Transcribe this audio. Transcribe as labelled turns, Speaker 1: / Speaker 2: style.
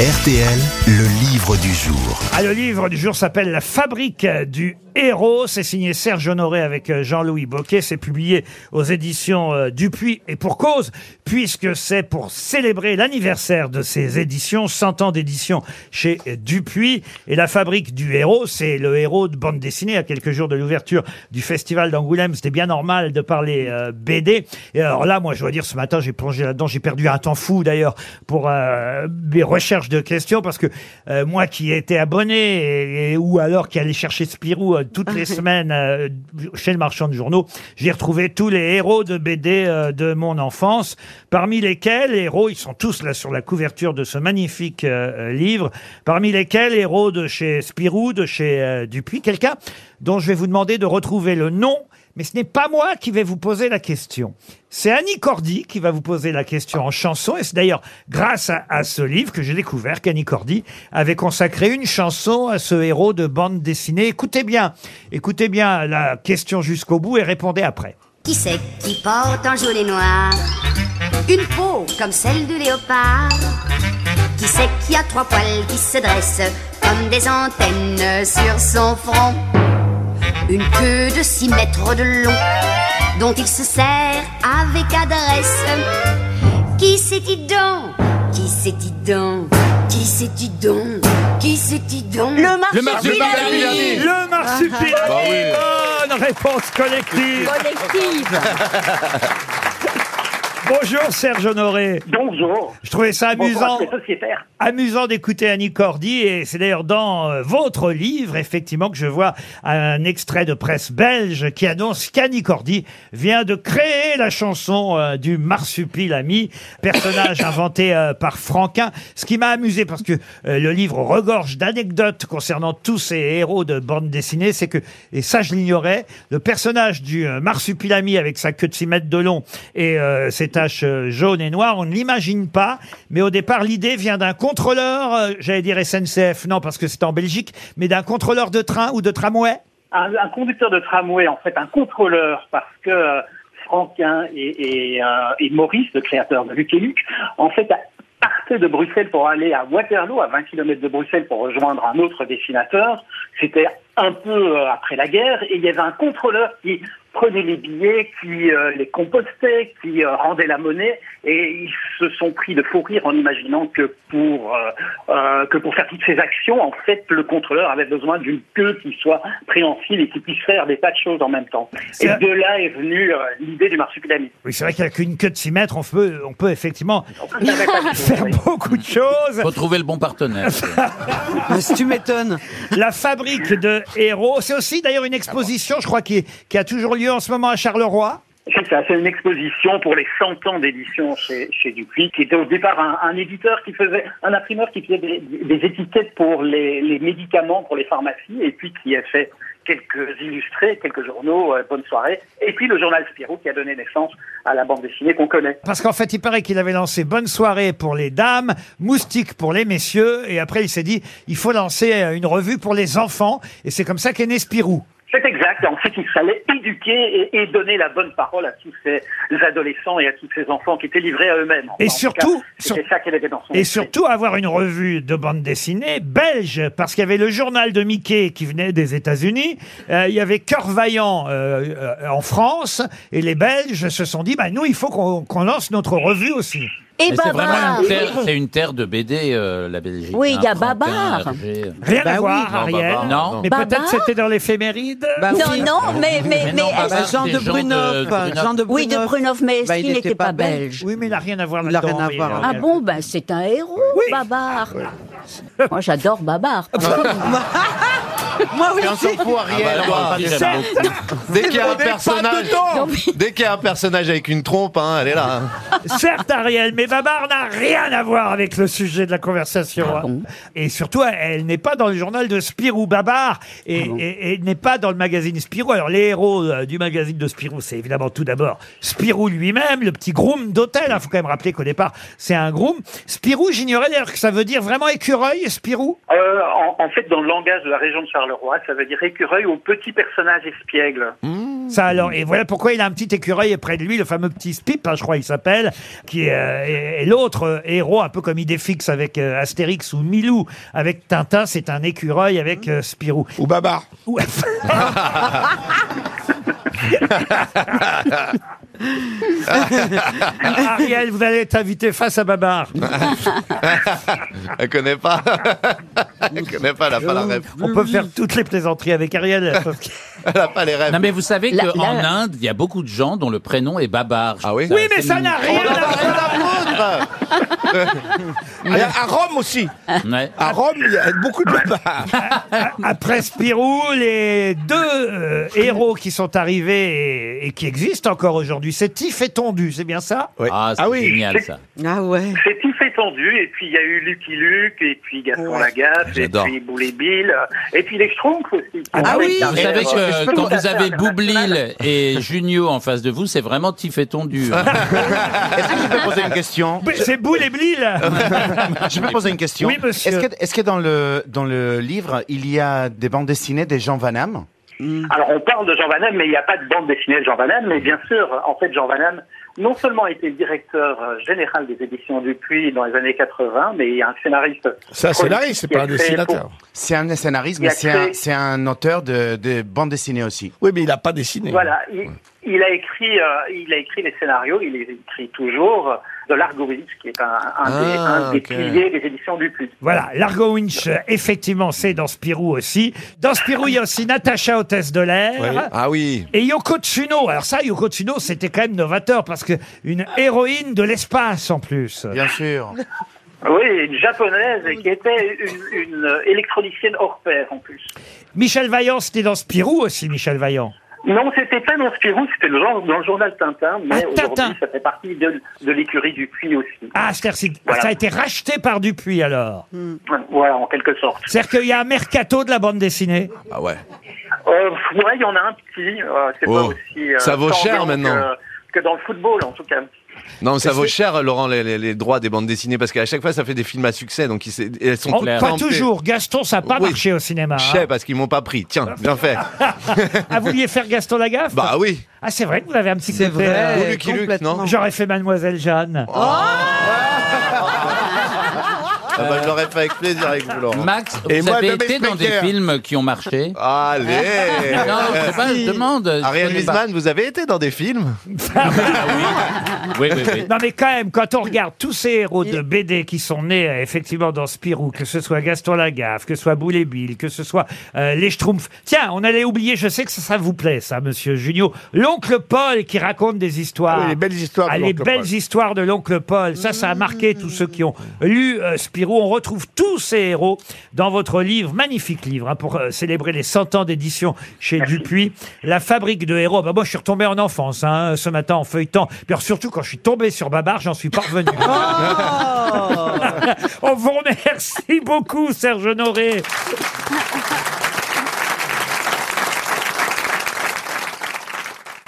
Speaker 1: RTL, le livre du jour.
Speaker 2: Ah, le livre du jour s'appelle La fabrique du héros. C'est signé Serge Honoré avec euh, Jean-Louis Boquet. C'est publié aux éditions euh, Dupuis et pour cause, puisque c'est pour célébrer l'anniversaire de ces éditions, 100 ans d'édition chez euh, Dupuis. Et La fabrique du héros, c'est le héros de bande dessinée à quelques jours de l'ouverture du festival d'Angoulême. C'était bien normal de parler euh, BD. Et alors là, moi, je dois dire, ce matin, j'ai plongé là-dedans. J'ai perdu un temps fou d'ailleurs pour euh, mes recherches de questions parce que euh, moi qui étais abonné et, et- ou alors qui allait chercher Spirou euh, toutes les semaines euh, chez le marchand de journaux, j'ai retrouvé tous les héros de BD euh, de mon enfance, parmi lesquels héros, ils sont tous là sur la couverture de ce magnifique euh, euh, livre, parmi lesquels héros de chez Spirou, de chez euh, Dupuis, quelqu'un dont je vais vous demander de retrouver le nom mais ce n'est pas moi qui vais vous poser la question. C'est Annie Cordy qui va vous poser la question en chanson. Et c'est d'ailleurs grâce à, à ce livre que j'ai découvert qu'Annie Cordy avait consacré une chanson à ce héros de bande dessinée. Écoutez bien, écoutez bien la question jusqu'au bout et répondez après.
Speaker 3: Qui c'est qui porte en jaune et noir Une peau comme celle du léopard Qui c'est qui a trois poils qui se dressent Comme des antennes sur son front Une queue de six mètres de long Dont il se sert avec adresse Qui c'est-tu donc Qui c'est-tu donc Qui c'est-tu donc Qui c'est-tu donc Le
Speaker 4: Le marsupilami
Speaker 2: Le marsupilami.
Speaker 4: Bah oui.
Speaker 2: Bonne réponse collective.
Speaker 4: Collective
Speaker 2: Bonjour Serge Honoré.
Speaker 5: Bonjour.
Speaker 2: Je trouvais ça amusant.
Speaker 5: Bonjour, c'est sociétaire.
Speaker 2: Amusant d'écouter Annie Cordy et c'est d'ailleurs dans euh, votre livre effectivement que je vois un extrait de presse belge qui annonce qu'Annie Cordy vient de créer la chanson euh, du marsupilami, personnage inventé euh, par Franquin. Ce qui m'a amusé parce que euh, le livre regorge d'anecdotes concernant tous ces héros de bande dessinée, c'est que et ça je l'ignorais, le personnage du euh, marsupilami avec sa queue de 6 mètres de long et euh, ses taches euh, jaunes et noires, on ne l'imagine pas, mais au départ, l'idée vient d'un contrôleur, euh, j'allais dire SNCF, non, parce que c'est en Belgique, mais d'un contrôleur de train ou de tramway.
Speaker 5: Un, un conducteur de tramway, en fait, un contrôleur, parce que euh, Franquin et, et, euh, et Maurice, le créateur de Luc et Luc, en fait, partaient de Bruxelles pour aller à Waterloo, à 20 km de Bruxelles, pour rejoindre un autre dessinateur. C'était un peu euh, après la guerre, et il y avait un contrôleur qui prenait les billets, qui euh, les compostait, qui euh, rendait la monnaie, et ils se sont pris de fou rire en imaginant que pour euh, euh, que pour faire toutes ces actions, en fait, le contrôleur avait besoin d'une queue qui soit préhensile et qui puisse faire des tas de choses en même temps.
Speaker 2: C'est
Speaker 5: Et
Speaker 2: un-
Speaker 5: de là est venue euh, l'idée du marsupilami.
Speaker 2: Oui, c'est vrai qu'avec une queue de 6 mètres, on peut, on peut effectivement
Speaker 5: On peut faire des tas de choses,
Speaker 2: faire
Speaker 5: oui.
Speaker 2: beaucoup de choses.
Speaker 6: Faut trouver le bon partenaire.
Speaker 7: Si tu m'étonnes.
Speaker 2: La fabrique de héros, c'est aussi d'ailleurs une exposition, je crois, qui, qui a toujours lieu en ce moment à Charleroi.
Speaker 5: C'est ça, c'est une exposition pour les 100 ans d'édition chez, chez Dupuis, qui était au départ un, un éditeur qui faisait, un imprimeur qui faisait des, des étiquettes pour les, les médicaments, pour les pharmacies, et puis qui a fait quelques illustrés, quelques journaux, euh, Bonne Soirée, et puis le journal Spirou qui a donné naissance à la bande dessinée qu'on connaît.
Speaker 2: Parce qu'en fait, il paraît qu'il avait lancé Bonne soirée pour les dames, Moustique pour les messieurs, et après il s'est dit, il faut lancer euh, une revue pour les enfants, et c'est comme ça qu'est né Spirou.
Speaker 5: C'est exact, en fait, il fallait éduquer et, et donner la bonne parole à tous ces adolescents et à tous ces enfants qui étaient livrés à eux-mêmes.
Speaker 2: Et
Speaker 5: En tout
Speaker 2: surtout-
Speaker 5: cas, c'était
Speaker 2: sur-
Speaker 5: ça qu'elle était dans son
Speaker 2: Et
Speaker 5: esprit.
Speaker 2: surtout avoir une revue de bande dessinée belge, parce qu'il y avait le journal de Mickey qui venait des États-Unis, euh, il y avait Cœur Vaillant euh, euh, en France, et les Belges se sont dit, bah, nous, il faut qu'on qu'on lance notre revue aussi.
Speaker 4: Et
Speaker 6: Mais c'est
Speaker 4: Babar
Speaker 6: vraiment une terre, c'est une terre de BD, euh, la Belgique.
Speaker 4: Oui,
Speaker 6: hein,
Speaker 4: il y a
Speaker 6: Franquin,
Speaker 4: Babar.
Speaker 6: Hergé. euh.
Speaker 2: Rien à
Speaker 7: Bah
Speaker 2: voir,
Speaker 7: oui.
Speaker 2: Ariel.
Speaker 6: Non, bah, non.
Speaker 2: Mais
Speaker 4: Babar
Speaker 2: peut-être c'était dans l'éphéméride.
Speaker 7: Bah
Speaker 4: Non,
Speaker 7: oui.
Speaker 4: non, mais... mais,
Speaker 6: Mais non,
Speaker 4: mais euh,
Speaker 6: Babar,
Speaker 7: Bah, Jean
Speaker 6: des
Speaker 7: de
Speaker 6: gens de-
Speaker 7: Brunov.
Speaker 6: de Brunov.
Speaker 7: Jean de
Speaker 4: oui, de
Speaker 7: Brunov.
Speaker 4: Brunov, mais est-ce
Speaker 7: Bah,
Speaker 4: qu'il n'était pas belge
Speaker 2: Oui, mais il n'a rien à voir
Speaker 7: Il a
Speaker 2: là-dedans,
Speaker 7: rien à
Speaker 2: oui,
Speaker 7: voir.
Speaker 4: Ah
Speaker 2: Ariel.
Speaker 4: bon, ben c'est un héros,
Speaker 2: Oui.
Speaker 4: Babar Moi j'adore Babar
Speaker 7: Moi oui.
Speaker 8: Et on s'en fout, Ariel.
Speaker 6: Ah bah,
Speaker 8: on parle
Speaker 6: moi
Speaker 8: pas
Speaker 6: aussi,
Speaker 8: de
Speaker 6: j'aime
Speaker 8: ça.
Speaker 6: beaucoup.
Speaker 8: Dès qu'il y a un personnage,
Speaker 4: Non, mais-
Speaker 8: dès qu'il y a un personnage avec une trompe, hein, elle est là. hein.
Speaker 2: Certes, Ariel, mais Babar n'a rien à voir avec le sujet de la conversation. hein. Et surtout, elle- elle n'est pas dans le journal de Spirou Babar et, et- et n'est pas dans le magazine Spirou. Alors, les héros euh, du magazine de Spirou, c'est évidemment tout d'abord Spirou lui-même, le petit groom d'hôtel. Il faut quand même rappeler qu'au départ, c'est un groom. Spirou, j'ignorais d'ailleurs que ça veut dire vraiment écureuil, Spirou.
Speaker 5: Euh, en, en fait, dans le langage de la région de Charleroi, ça veut dire écureuil ou petit personnage espiègle.
Speaker 2: Ça alors, et voilà pourquoi il a un petit écureuil près de lui, le fameux petit Spip, hein, je crois il s'appelle, qui est, euh, est- est l'autre euh, héros, un peu comme Idéfix avec euh, Astérix ou Milou avec Tintin, c'est un écureuil avec euh, Spirou.
Speaker 9: Ou Babar.
Speaker 2: Ou- Ariel, vous allez être invité face à Babar.
Speaker 8: Elle connaît pas. Elle connaît pas, elle a pas la rêve.
Speaker 2: On peut faire toutes les plaisanteries avec Ariel. sauf que-
Speaker 8: Elle a pas les rêves.
Speaker 6: Non mais vous savez
Speaker 4: La-
Speaker 6: qu'en
Speaker 4: la-
Speaker 6: Inde, il y a beaucoup de gens dont le prénom est Babar.
Speaker 8: Ah oui
Speaker 2: Oui, mais ça n'a rien à voir.
Speaker 9: Et À Rome aussi.
Speaker 6: Ouais.
Speaker 9: À Rome, il y a beaucoup de Babar.
Speaker 2: Après Spirou, les deux euh, héros qui sont arrivés et, et qui existent encore aujourd'hui, c'est Tiff et Tondu, c'est bien ça
Speaker 9: Ouais.
Speaker 6: Ah, c'est
Speaker 9: Ah oui.
Speaker 6: génial ça.
Speaker 7: Ah ouais.
Speaker 5: C'est tout fait tendu, et puis il y a eu Lucky Luke, et puis Gaston
Speaker 7: Ouais.
Speaker 5: Lagaffe, et
Speaker 6: J'adore.
Speaker 5: puis Boulet Bill, euh, et puis les Schtroumpfs aussi. euh,
Speaker 7: Ah oui.
Speaker 6: Vous savez
Speaker 5: Je peux
Speaker 6: que quand
Speaker 5: vous
Speaker 6: vous avez
Speaker 5: faire l'international.
Speaker 6: Boublil et Junio en face de vous, c'est vraiment Tiff et Tondu. hein.
Speaker 10: Est-ce que je peux poser une question
Speaker 2: Mais C'est Boule et Blil
Speaker 10: Je peux poser une question
Speaker 2: Oui, monsieur.
Speaker 10: Est-ce que, est-ce que dans, le, dans le livre, il y a des bandes dessinées des Jean Van Damme
Speaker 5: Alors on parle de Jean Van Damme, mais il n'y a pas de bande dessinée de Jean Van Damme, mais bien sûr, en fait Jean Van Damme non seulement a été le directeur euh, général des éditions Dupuis dans les années 80, mais il y a un scénariste.
Speaker 9: Ça, c'est Larry, c'est
Speaker 5: qui a
Speaker 9: pas un
Speaker 5: créé
Speaker 9: dessinateur.
Speaker 10: C'est un scénariste,
Speaker 5: Il a
Speaker 10: mais c'est un,
Speaker 5: créé-
Speaker 10: c'est un auteur de, de bandes dessinées aussi.
Speaker 9: Oui, mais il a pas dessiné.
Speaker 5: Voilà, il, il a écrit, euh, il a écrit les scénarios, il les écrit toujours euh, de Largovitch, qui est un, un des,
Speaker 8: Ah,
Speaker 5: un des
Speaker 8: ok.
Speaker 5: piliers des éditions Dupuis.
Speaker 2: Voilà, Largo Winch, euh, effectivement, c'est dans Spirou aussi. Dans Spirou, il y a aussi Natacha Hôtesse de l'air.
Speaker 8: Ah oui.
Speaker 2: Et Yoko Tsuno, alors ça, Yoko Tsuno, c'était quand même novateur parce que une héroïne de l'espace en plus.
Speaker 10: Bien sûr.
Speaker 5: Oui, une japonaise et qui était une, une euh, électronicienne hors pair en plus.
Speaker 2: Michel Vaillant, c'était dans Spirou aussi, Michel Vaillant.
Speaker 5: Non, c'était pas dans Spirou, c'était le genre- dans le journal Tintin, mais
Speaker 2: Ah, Tintin.
Speaker 5: aujourd'hui ça fait partie de, de l'écurie Dupuis aussi.
Speaker 2: Ah, c'est-à-dire que
Speaker 5: Voilà.
Speaker 2: ça a été racheté par Dupuis alors.
Speaker 5: Voilà, en quelque sorte.
Speaker 2: C'est-à-dire qu'il y a un mercato de la bande dessinée.
Speaker 8: Ah ouais.
Speaker 5: Euh, ouais, il y en a un petit. euh, c'est
Speaker 8: Oh,
Speaker 5: pas aussi. euh,
Speaker 8: ça vaut cher
Speaker 5: tendancieux
Speaker 8: maintenant.
Speaker 5: Que, que dans le football, en tout cas.
Speaker 8: Non, ça vaut cher, Laurent, les, les- les droits des bandes dessinées, parce qu'à chaque fois, ça fait des films à succès, donc ils, se- elles sont
Speaker 2: Oh,
Speaker 8: toutes
Speaker 2: pas
Speaker 8: tampées.
Speaker 2: toujours. Gaston, ça n'a pas
Speaker 8: Oui.
Speaker 2: marché au cinéma.
Speaker 8: Je
Speaker 2: hein.
Speaker 8: sais, parce qu'ils m'ont pas pris. Tiens, bien fait.
Speaker 2: Ah, vous vouliez faire Gaston Lagaffe
Speaker 8: Bah oui.
Speaker 2: Ah, c'est vrai que vous avez un petit
Speaker 7: C'est
Speaker 2: côté,
Speaker 7: vrai.
Speaker 8: Ou Lucky Luke,
Speaker 7: complètement.
Speaker 2: euh, J'aurais fait Mademoiselle Jeanne.
Speaker 8: Oh. Ah bah, je l'aurais fait avec plaisir avec vous, Laurent.
Speaker 6: Max,
Speaker 9: Et
Speaker 6: vous
Speaker 9: moi,
Speaker 6: avez
Speaker 9: Madame
Speaker 6: été dans des
Speaker 9: Especker.
Speaker 6: films qui ont marché
Speaker 8: Allez
Speaker 6: Non, je sais pas, je demande. je
Speaker 8: Ariel
Speaker 6: connais pas.
Speaker 8: Wiesman, vous avez été dans des films
Speaker 6: Oui, oui, oui.
Speaker 2: Non mais quand même, quand on regarde tous ces héros de BD qui sont nés euh, effectivement dans Spirou, que ce soit Gaston Lagaffe, que ce soit Boule et Bill, que ce soit euh, les Schtroumpfs. Tiens, on allait oublier, je sais que ça, ça vous plaît ça, monsieur Junio, l'oncle Paul qui raconte des histoires.
Speaker 9: Ah oui, les belles histoires de
Speaker 2: Ah, les
Speaker 9: l'oncle
Speaker 2: belles
Speaker 9: Paul.
Speaker 2: histoires de l'oncle Paul. Ça, ça a marqué tous ceux qui ont lu euh, Spirou. On retrouve tous ces héros dans votre livre, magnifique livre, hein, pour euh, célébrer les 100 ans d'édition chez Dupuis. La fabrique de héros. Bah, moi, je suis retombé en enfance hein, ce matin en feuilletant. Puis alors, surtout, quand je suis tombé sur Babar, j'en suis parvenu. On vous remercie beaucoup, Serge Honoré.